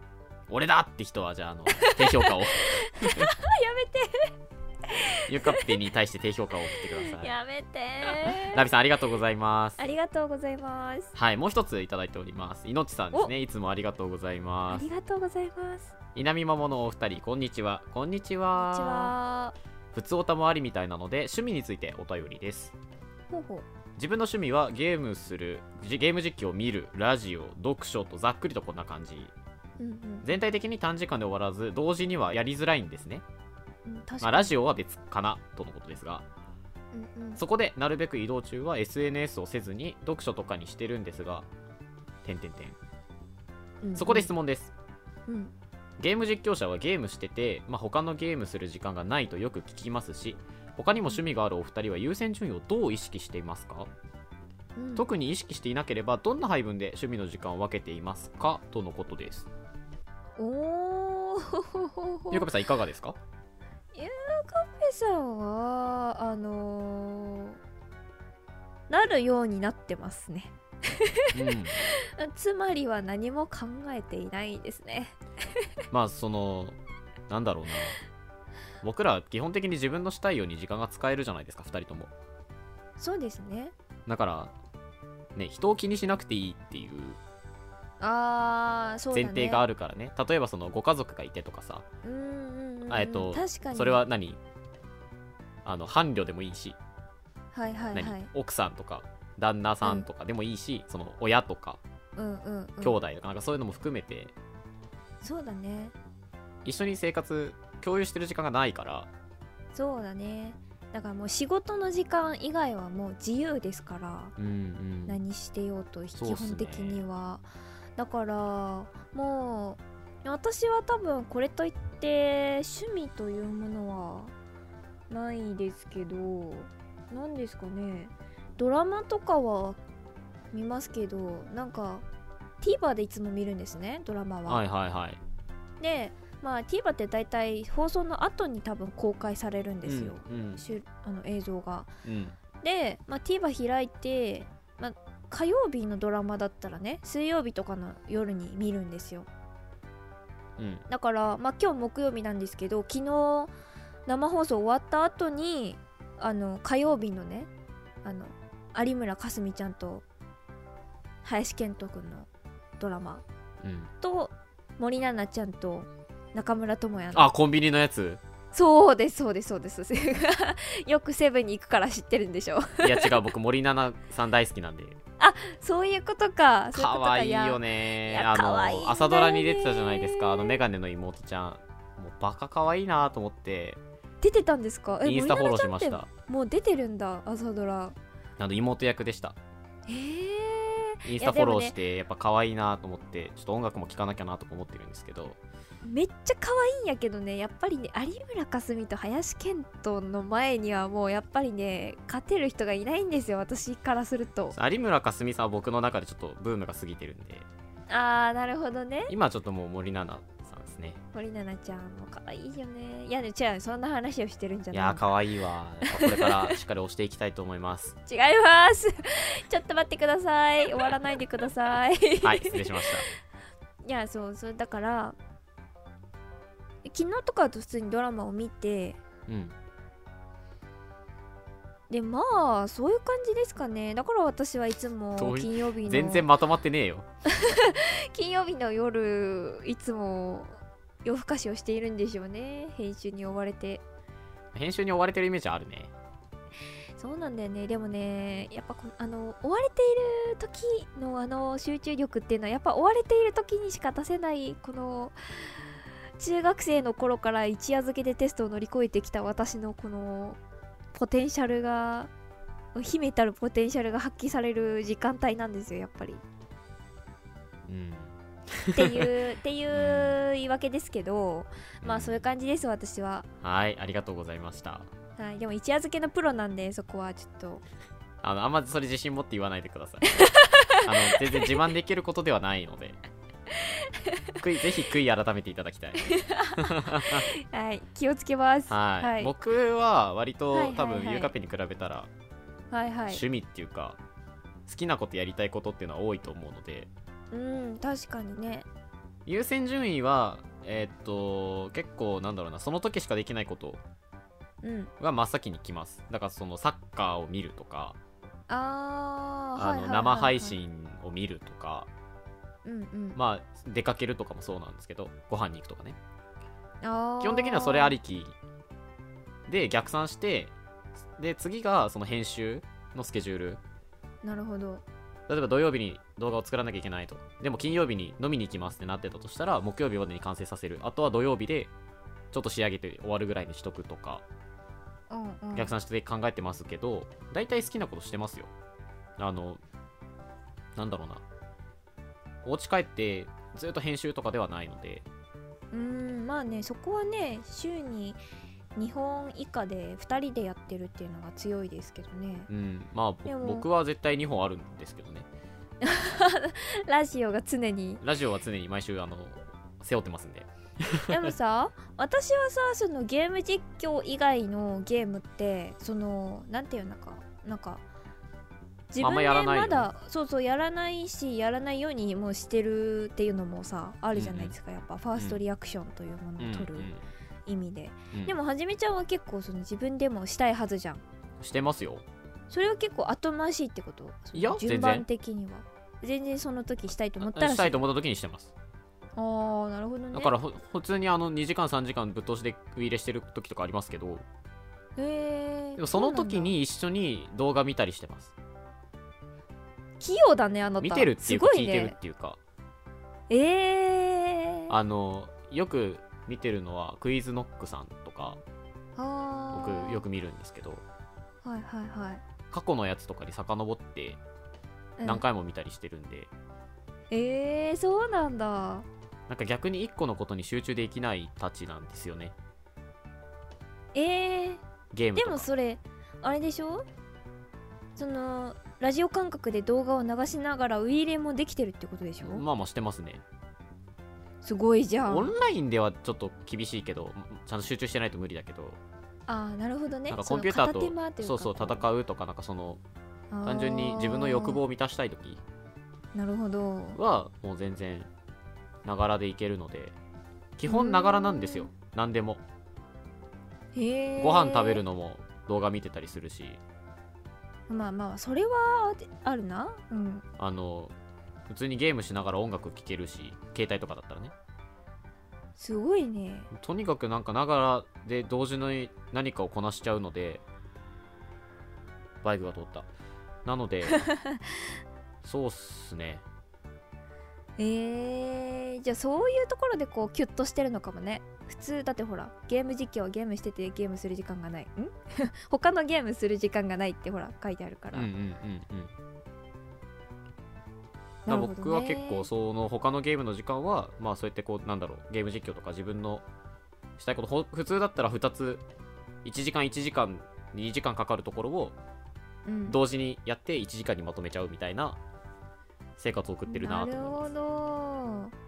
[SPEAKER 2] 俺だって人はじゃああの (laughs) 低評
[SPEAKER 1] (laughs)
[SPEAKER 2] 価をやめてゆうかっぺに対して低評価を送ってください
[SPEAKER 1] やめて
[SPEAKER 2] (laughs) ラビさんありがとうございます
[SPEAKER 1] ありがとうございます
[SPEAKER 2] はいもう一ついただいておりますいのちさんですねいつもありがとうござい
[SPEAKER 1] あ
[SPEAKER 2] ます
[SPEAKER 1] りがとうございます
[SPEAKER 2] 稲見まものお二人こんにちはこんにち
[SPEAKER 1] こん
[SPEAKER 2] は
[SPEAKER 1] にちは
[SPEAKER 2] 普通おたもありみたいなので趣味についてお便りです
[SPEAKER 1] ほうほう
[SPEAKER 2] 自分の趣味はゲームするじゲーム実況を見るラジオ読書とざっくりとこんな感じ
[SPEAKER 1] うんうん
[SPEAKER 2] 全体的に短時間で終わらず同時にはやりづらいんですね、
[SPEAKER 1] うん確
[SPEAKER 2] ま
[SPEAKER 1] か
[SPEAKER 2] あ、
[SPEAKER 1] に
[SPEAKER 2] ラジオは別かなとのことですが
[SPEAKER 1] うんうん
[SPEAKER 2] そこでなるべく移動中は SNS をせずに読書とかにしてるんですが点点点
[SPEAKER 1] うんうん
[SPEAKER 2] そこで質問です
[SPEAKER 1] うん
[SPEAKER 2] ゲーム実況者はゲームしてて、まあ、他のゲームする時間がないとよく聞きますし他にも趣味があるお二人は優先順位をどう意識していますか
[SPEAKER 1] うん
[SPEAKER 2] 特に意識していなければどんな配分で趣味の時間を分けていますかとのことです
[SPEAKER 1] おー
[SPEAKER 2] ゆうかぺさんいかがですか
[SPEAKER 1] ペさんはあのーなるようになってますね
[SPEAKER 2] うん
[SPEAKER 1] つまりは何も考えていないですね
[SPEAKER 2] まあそのなんだろうな僕ら基本的に自分のしたいように時間が使えるじゃないですか2人とも
[SPEAKER 1] そうですね
[SPEAKER 2] だからね人を気にしなくていいっていう
[SPEAKER 1] あーそうだ
[SPEAKER 2] 前
[SPEAKER 1] ね
[SPEAKER 2] 提があ
[SPEAKER 1] る
[SPEAKER 2] るからね例えばそのご家族がいてとかさ
[SPEAKER 1] うんうんうんうん
[SPEAKER 2] あえっと
[SPEAKER 1] 確かに
[SPEAKER 2] それは何あの伴侶でもいいし、
[SPEAKER 1] はいはいは
[SPEAKER 2] 何
[SPEAKER 1] い
[SPEAKER 2] 奥さんとか旦那さんとかでもいいし、その親とか
[SPEAKER 1] うんうん、うん、
[SPEAKER 2] 兄弟とかなんかそういうのも含めて、
[SPEAKER 1] そうだね
[SPEAKER 2] 一緒に生活共有してる時間がないから
[SPEAKER 1] そうだねだからもう仕事の時間以外はもう自由ですから
[SPEAKER 2] うんうん
[SPEAKER 1] 何してようと
[SPEAKER 2] そう
[SPEAKER 1] 基
[SPEAKER 2] っすね
[SPEAKER 1] 本的には、だからもう私は多分これといって趣味というものはないですけど何ですかねドラマとかは見ますけどなんか TVer でいつも見るんですねドラマは。
[SPEAKER 2] はいはいはい
[SPEAKER 1] で、まあ、TVer って大体放送の後に多分公開されるんですよ、
[SPEAKER 2] うん
[SPEAKER 1] しゅあの映像が。
[SPEAKER 2] うん
[SPEAKER 1] で、まあ、TVer 開いて、まあ、火曜日のドラマだったらね水曜日とかの夜に見るんですよ
[SPEAKER 2] うん
[SPEAKER 1] だから、まあ、今日木曜日なんですけど昨日生放送終わった後にあの火曜日のねあの有村架純ちゃんと林遣都君のドラマ
[SPEAKER 2] うん
[SPEAKER 1] と森七菜ちゃんと中村智也の
[SPEAKER 2] あコンビニのやつ
[SPEAKER 1] そうですそうですそうです (laughs) よくセブンに行くから知ってるんでしょ (laughs)
[SPEAKER 2] いや違う僕森七菜さん大好きなんで
[SPEAKER 1] そういうことかそういうこと
[SPEAKER 2] 可
[SPEAKER 1] か
[SPEAKER 2] 愛い
[SPEAKER 1] や
[SPEAKER 2] よね
[SPEAKER 1] いや
[SPEAKER 2] あ
[SPEAKER 1] 可愛いんだよ
[SPEAKER 2] の
[SPEAKER 1] ね
[SPEAKER 2] 朝ドラに出てたじゃないですかあのメガネの妹ちゃんもうバカ可愛いなと思って
[SPEAKER 1] 出てたんですかえ
[SPEAKER 2] インスタフォローしまし
[SPEAKER 1] 森七菜ちゃんったてもう出てるんだ朝ドラ
[SPEAKER 2] あの妹役でした
[SPEAKER 1] へえ
[SPEAKER 2] インスタフォローしてやっぱ可愛いなと思ってちょっと音楽も聴かなきゃなとか思ってるんですけど
[SPEAKER 1] めっちゃ可愛いんやけどねやっぱりね有村架純と林遣都の前にはもうやっぱりね勝てる人がいないんですよ私からすると
[SPEAKER 2] 有村架純さんは僕の中でちょっとブームが過ぎてるんで
[SPEAKER 1] あーなるほどね
[SPEAKER 2] 今ちょっともう森七菜さんですね
[SPEAKER 1] 森七菜ちゃんも可愛いよねいやね違うそんな話をしてるんじゃ
[SPEAKER 2] い
[SPEAKER 1] ない
[SPEAKER 2] やー可愛いわやっぱこれからしっかり押していきたいと思います
[SPEAKER 1] (laughs) 違いますちょっと待ってください終わらないでください
[SPEAKER 2] はい失礼しました
[SPEAKER 1] いやそうそうだから昨日とかだと普通にドラマを見て (laughs)
[SPEAKER 2] うん
[SPEAKER 1] でまあそういう感じですかねだから私はいつも
[SPEAKER 2] どういう
[SPEAKER 1] 金曜日の
[SPEAKER 2] 全然まとまってねえよ
[SPEAKER 1] 金曜日の夜いつも夜更かしをしているんでしょうね編集に追われて
[SPEAKER 2] 編集に追われてるイメージあるね
[SPEAKER 1] そうなんだよねでもねやっぱこあの追われている時のあの集中力っていうのはやっぱ追われている時にしか出せないこの中学生の頃から一夜漬けでテストを乗り越えてきた私のこのポテンシャルが秘めたるポテンシャルが発揮される時間帯なんですよやっぱり。
[SPEAKER 2] うん
[SPEAKER 1] っていうっていう言い訳ですけどまあそういう感じです私は、
[SPEAKER 2] はいありがとうございました
[SPEAKER 1] はい、でも一夜漬けのプロなんでそこはちょっと
[SPEAKER 2] あのあんまそれ自信持って言わないでくだ
[SPEAKER 1] (laughs)
[SPEAKER 2] さいあの全然自慢できることではないので悔いぜひ悔い改めていただきたい
[SPEAKER 1] (laughs) はい気をつけます
[SPEAKER 2] はい、
[SPEAKER 1] はい
[SPEAKER 2] 僕は割
[SPEAKER 1] はいはいは
[SPEAKER 2] と
[SPEAKER 1] い
[SPEAKER 2] 多分ゆうかぺに比べたら
[SPEAKER 1] はいはい
[SPEAKER 2] 趣味っていうか好きなことやりたいことっていうのは多いと思うので
[SPEAKER 1] うん確かにね
[SPEAKER 2] 優先順位はえーっと結構なんだろうなその時しかできないこと
[SPEAKER 1] うん
[SPEAKER 2] が真っ先に来ますだからそのサッカーを見るとか
[SPEAKER 1] あーはいはいは
[SPEAKER 2] あの
[SPEAKER 1] いはい
[SPEAKER 2] 生配信を見るとか
[SPEAKER 1] うんうん、
[SPEAKER 2] まあ出かけるとかもそうなんですけどご飯に行くとかね
[SPEAKER 1] あー
[SPEAKER 2] 基本的にはそれありきで逆算してで次がその編集のスケジュール
[SPEAKER 1] なるほど
[SPEAKER 2] 例えば土曜日に動画を作らなきゃいけないとでも金曜日に飲みに行きますってなってたとしたら木曜日までに完成させるあとは土曜日でちょっと仕上げて終わるぐらいにしとくとか
[SPEAKER 1] うんうん
[SPEAKER 2] 逆算して考えてますけど大体好きなことしてますよあのなんだろうなお家帰ってずっと編集とかではないので
[SPEAKER 1] うんまあねそこはね週に2本以下で2人でやってるっていうのが強いですけどね
[SPEAKER 2] うんまあ
[SPEAKER 1] でも
[SPEAKER 2] ぼ僕は絶対2本あるんですけどね
[SPEAKER 1] ラジオが常に
[SPEAKER 2] ラジオは常に毎週あの背負ってますんで (laughs)
[SPEAKER 1] でもさ私はさそのゲーム実況以外のゲームってそのなんていうのかなんか自
[SPEAKER 2] あ
[SPEAKER 1] 分
[SPEAKER 2] んま
[SPEAKER 1] で
[SPEAKER 2] やらないよ
[SPEAKER 1] ま
[SPEAKER 2] ね
[SPEAKER 1] だそうそうやらないしやらないようにもうしてるっていうのもさあるじゃないですか、やっぱファーストリアクションというものを取る意味で、
[SPEAKER 2] うんうん
[SPEAKER 1] でもはじめちゃんは結構その自分でもしたいはずじゃん
[SPEAKER 2] してますよ
[SPEAKER 1] それは結構後回しいってこと
[SPEAKER 2] いや
[SPEAKER 1] その順番的には全然その時したいと思ったら
[SPEAKER 2] したいと思った時にしてます
[SPEAKER 1] あーなるほどね
[SPEAKER 2] だからほ普通にあの2時間3時間ぶっ通しで食い入れしてる時とかありますけど
[SPEAKER 1] へー
[SPEAKER 2] でもその
[SPEAKER 1] う
[SPEAKER 2] 時
[SPEAKER 1] なんだ
[SPEAKER 2] に一緒に動画見たりしてます
[SPEAKER 1] 器用だねあなた
[SPEAKER 2] 見てるってい
[SPEAKER 1] す
[SPEAKER 2] うか
[SPEAKER 1] ご
[SPEAKER 2] 聞い
[SPEAKER 1] い
[SPEAKER 2] てる
[SPEAKER 1] ね
[SPEAKER 2] っていうか、
[SPEAKER 1] ええー、
[SPEAKER 2] あのよく見てるのはクイズノックさんとか
[SPEAKER 1] あー
[SPEAKER 2] 僕よく見るんですけど
[SPEAKER 1] はいはいはい
[SPEAKER 2] 過去のやつとかに遡って
[SPEAKER 1] うん
[SPEAKER 2] 何回も見たりしてるんで、
[SPEAKER 1] えー、そうなんだ
[SPEAKER 2] なんか逆に1個のことに集中できないたちなんですよね
[SPEAKER 1] えー、
[SPEAKER 2] ゲーム
[SPEAKER 1] で
[SPEAKER 2] とか
[SPEAKER 1] もそれあれでしょそのラジオ感覚で動画を流しながらウイイレもできてるってことでしょ、
[SPEAKER 2] まあまあしてますね
[SPEAKER 1] すごいじゃ
[SPEAKER 2] オ
[SPEAKER 1] ん
[SPEAKER 2] ンラインではちょっと厳しいけどちゃんと集中してないと無理だけど
[SPEAKER 1] ああなるほどね
[SPEAKER 2] なんかコンピューターと
[SPEAKER 1] その片手間ってい
[SPEAKER 2] そうそう戦うとかなんかその単純に自分の欲望を満たしたい時
[SPEAKER 1] なるほど
[SPEAKER 2] はもう全然ながらでいけるので基本ながらなんです
[SPEAKER 1] う
[SPEAKER 2] よ
[SPEAKER 1] ん
[SPEAKER 2] 何でも
[SPEAKER 1] へえ
[SPEAKER 2] ご飯食べるのも動画見てたりするし
[SPEAKER 1] まあまあそれはあるなうん
[SPEAKER 2] あの普通にゲームしながら音楽聴けるし携帯とかだったらね
[SPEAKER 1] すごいね
[SPEAKER 2] とにかくなんかながらで同時に何かをこなしちゃうのでバイクが通ったなの (laughs) でそうっすね
[SPEAKER 1] えー、じゃあそういうところでこうキュッとしてるのかもね普通だってほらゲーム実況はゲームしててゲームする時間がないん (laughs) 他のゲームする時間がないってほら書いてあるか
[SPEAKER 2] う
[SPEAKER 1] ら、
[SPEAKER 2] んうんうんうん
[SPEAKER 1] なる
[SPEAKER 2] だから
[SPEAKER 1] ほどね
[SPEAKER 2] 僕は結構その他のゲームの時間はまあそうやってこうなんだろうゲーム実況とか自分のしたいことほ普通だったら2つ1時間1時間2時間かかるところを
[SPEAKER 1] うん
[SPEAKER 2] 同時にやって1時間にまとめちゃうみたいな生活を送ってるなと
[SPEAKER 1] るほ
[SPEAKER 2] 思います
[SPEAKER 1] ど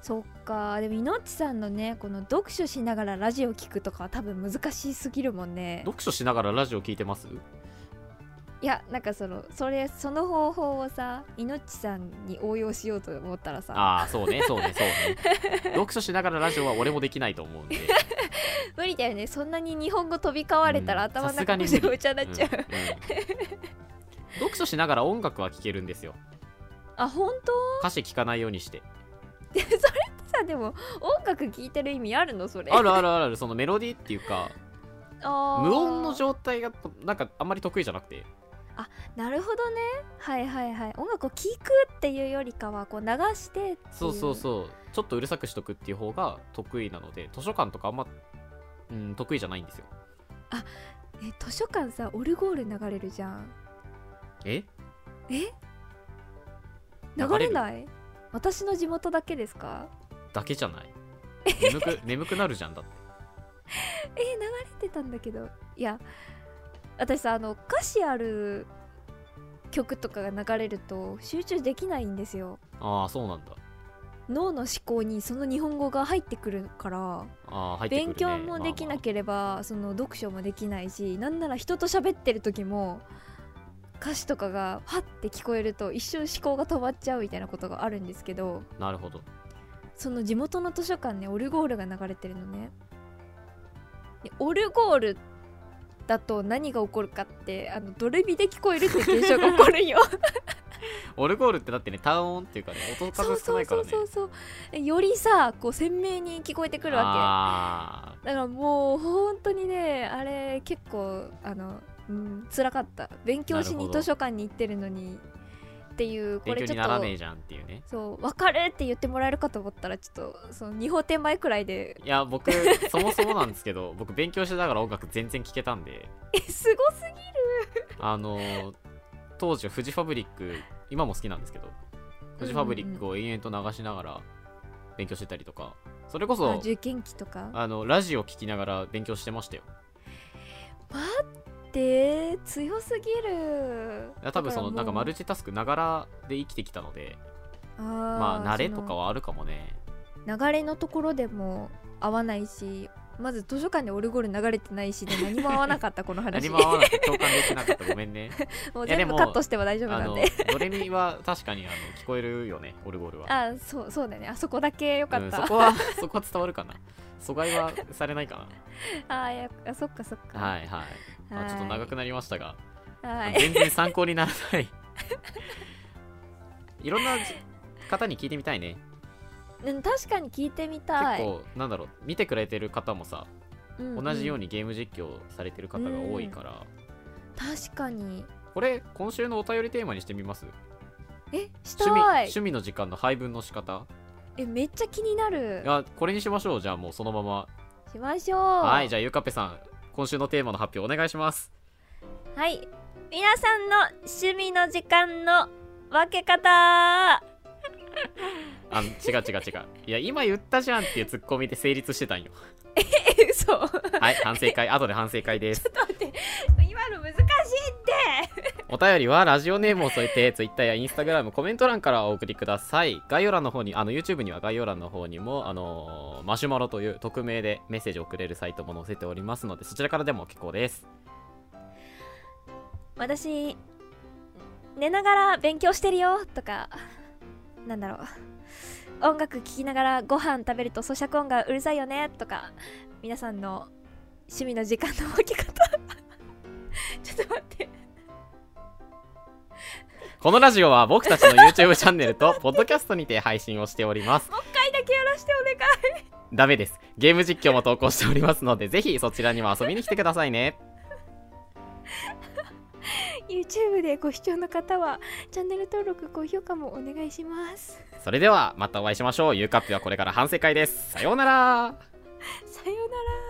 [SPEAKER 1] そっかでもいのっちさんのねこの読書しながらラジオ聞くとかは多分難しすぎるもんね
[SPEAKER 2] 読書しながらラジオ聞いてます
[SPEAKER 1] いやなんかそのそれその方法をさいのっちさんに応用しようと思ったらさ
[SPEAKER 2] ああそうねそうねそう
[SPEAKER 1] (laughs)
[SPEAKER 2] ね読書しながらラジオは俺もできないと思うんで
[SPEAKER 1] 無理だよねそんなに日本語飛び交われたら
[SPEAKER 2] うん
[SPEAKER 1] 頭の
[SPEAKER 2] さす
[SPEAKER 1] 中
[SPEAKER 2] がに
[SPEAKER 1] む
[SPEAKER 2] 無
[SPEAKER 1] ち
[SPEAKER 2] 理
[SPEAKER 1] ゃむちゃになっちゃう、
[SPEAKER 2] うんうん読書しながら音楽は聴けるんですよ
[SPEAKER 1] あ本当
[SPEAKER 2] 歌詞聞かないようにして
[SPEAKER 1] さでも音楽聴いてる意味あるのそれ
[SPEAKER 2] あるあるあるあるそのメロディーっていうか
[SPEAKER 1] あー
[SPEAKER 2] 無音の状態がなんかあんまり得意じゃなくて
[SPEAKER 1] なるほどねはいはいはい音楽を聴くっていうよりかはこう流してっていう
[SPEAKER 2] そうそうそうちょっとうるさくしとくっていう方が得意なので図書館とかあんま、うん、得意じゃないんですよ
[SPEAKER 1] え図書館さオルゴール流れるじゃん
[SPEAKER 2] え
[SPEAKER 1] え
[SPEAKER 2] 流
[SPEAKER 1] 流
[SPEAKER 2] れる
[SPEAKER 1] れない私の地元だけですか
[SPEAKER 2] だけじゃない眠く眠くなるじゃんだって
[SPEAKER 1] え流れてたんだけどいや私さあの歌詞ある曲とかが流れると集中できないんですよ
[SPEAKER 2] ああそうなんだ
[SPEAKER 1] 脳の思考にその日本語が入ってくるから
[SPEAKER 2] ああ入ってくる、ね、
[SPEAKER 1] 勉強もできな
[SPEAKER 2] ゃ、
[SPEAKER 1] ければ、その読書もできないしなんなら人と喋ってる時も歌詞とかがパッて聞こえると一瞬思考が止まっちゃうみたいなことがあるんですけど
[SPEAKER 2] なるほど
[SPEAKER 1] その地元の図書館ねオルゴールが流れてるのねでオルゴールだと何が起こるかってあのドレミで聞こえるって現象が起こるん
[SPEAKER 2] (laughs)
[SPEAKER 1] よ
[SPEAKER 2] オルゴールってだってね単音っていうかね音
[SPEAKER 1] そう
[SPEAKER 2] 数少
[SPEAKER 1] そ
[SPEAKER 2] な
[SPEAKER 1] う
[SPEAKER 2] いか
[SPEAKER 1] そ
[SPEAKER 2] ら
[SPEAKER 1] う
[SPEAKER 2] ね
[SPEAKER 1] そうそうえよりさこう鮮明に聞こえてくるわけ
[SPEAKER 2] あ
[SPEAKER 1] だからもう本当にねあれ結構あの、うん、辛かった勉強し
[SPEAKER 2] なる
[SPEAKER 1] に
[SPEAKER 2] ほど
[SPEAKER 1] 図書館に行ってるのにっていう
[SPEAKER 2] ー
[SPEAKER 1] こ
[SPEAKER 2] 勉
[SPEAKER 1] れ
[SPEAKER 2] 強
[SPEAKER 1] ち
[SPEAKER 2] に
[SPEAKER 1] ょっ
[SPEAKER 2] なら
[SPEAKER 1] と
[SPEAKER 2] ねえじゃんっていうね
[SPEAKER 1] そう分かるって言ってもらえるかと思ったらちょっとその2歩手前くらいで
[SPEAKER 2] い
[SPEAKER 1] (laughs)
[SPEAKER 2] や僕そもそもなんですけど僕勉強しながら音楽全然聴けたんで
[SPEAKER 1] えすごすぎ
[SPEAKER 2] あのー当時フジファブリック今も好きなんですけどフジファブリックを延々と流しながら勉強してたりとかそれこ
[SPEAKER 1] あ
[SPEAKER 2] そ
[SPEAKER 1] 受験期とか
[SPEAKER 2] あのラジオ聴きながら勉強してましたよ
[SPEAKER 1] で強すぎる
[SPEAKER 2] いや多分その
[SPEAKER 1] だら
[SPEAKER 2] な
[SPEAKER 1] も
[SPEAKER 2] んか
[SPEAKER 1] う
[SPEAKER 2] マルチタスクながらで生きてきたので
[SPEAKER 1] あー
[SPEAKER 2] まあ慣れ
[SPEAKER 1] そ
[SPEAKER 2] と
[SPEAKER 1] の
[SPEAKER 2] かはあるかもね
[SPEAKER 1] 流れのところでも合わないしまず図書館でオルゴール流れてないしで何も合わなかったこの
[SPEAKER 2] (laughs) 何
[SPEAKER 1] 話
[SPEAKER 2] も合わなくて共感できなかったごめんね
[SPEAKER 1] もう
[SPEAKER 2] いやで
[SPEAKER 1] 全
[SPEAKER 2] も
[SPEAKER 1] 部カットしても大丈夫
[SPEAKER 2] あ
[SPEAKER 1] なん
[SPEAKER 2] の
[SPEAKER 1] で
[SPEAKER 2] ドレミは確かにあの聞こえるよねオルゴール
[SPEAKER 1] (laughs)
[SPEAKER 2] は
[SPEAKER 1] あそうそうだよねあそこだけよか
[SPEAKER 2] うん
[SPEAKER 1] っ
[SPEAKER 2] そ
[SPEAKER 1] た、
[SPEAKER 2] こは (laughs) そこは伝わるかな阻害はされないか
[SPEAKER 1] (laughs) あーいやあそっかそっか
[SPEAKER 2] なはいはい、まあ、ちょっと長くなりましたが
[SPEAKER 1] はいはい
[SPEAKER 2] 全然参考にならない
[SPEAKER 1] (laughs)
[SPEAKER 2] いろんなじ方に聞いてみたいね
[SPEAKER 1] うん確かに聞いてみ
[SPEAKER 2] 結
[SPEAKER 1] たい
[SPEAKER 2] 構なんだろう見てくれてる方もさ同じよう
[SPEAKER 1] に
[SPEAKER 2] にゲーム実況されてる方が多いから
[SPEAKER 1] 確かに
[SPEAKER 2] これ今週のお便りテーマにしてみます
[SPEAKER 1] えしたい
[SPEAKER 2] 趣味趣味の時間の配分の仕方
[SPEAKER 1] えめっちゃ気になる
[SPEAKER 2] あこれにしましょうじゃあもうそのまま
[SPEAKER 1] しましょう
[SPEAKER 2] はいじゃあゆかぺさん今週のテーマの発表お願いします
[SPEAKER 1] はい皆さんの趣味の時間の分け方
[SPEAKER 2] あ違う違う違ういや今言ったじゃんっていうツッコミで成立してたんよ
[SPEAKER 1] え嘘 (laughs)
[SPEAKER 2] はい反省会後で反省会です
[SPEAKER 1] 今の難しいって
[SPEAKER 2] お便りはラジオネームを添えて Twitter や Instagram コメント欄からお送りください概要欄の方にあの YouTube には概要欄の方にもあのーマシュマロという匿名でメッセージを送れるサイトも載せておりますのでそちらからでも結構です
[SPEAKER 1] 私寝ながら勉強してるよとかなんだろう音楽聴きながらご飯食べると咀嚼音がうるさいよねとか皆さんの趣味の時間の分け方 (laughs) ちょっと待って
[SPEAKER 2] このラジオは僕たちの YouTube チャンネルとポッドキャストにて配信をしております
[SPEAKER 1] もう一回だけやらしてお願い
[SPEAKER 2] ダメですゲーム実況も投稿しておりますのでぜひそちらにも遊びに来てくださいね
[SPEAKER 1] YouTube でご視聴の方はチャンネル登録高評価もお願いします
[SPEAKER 2] それではまたお会いしましょうゆうかっぴはこれから反省会ですさようなら
[SPEAKER 1] さようなら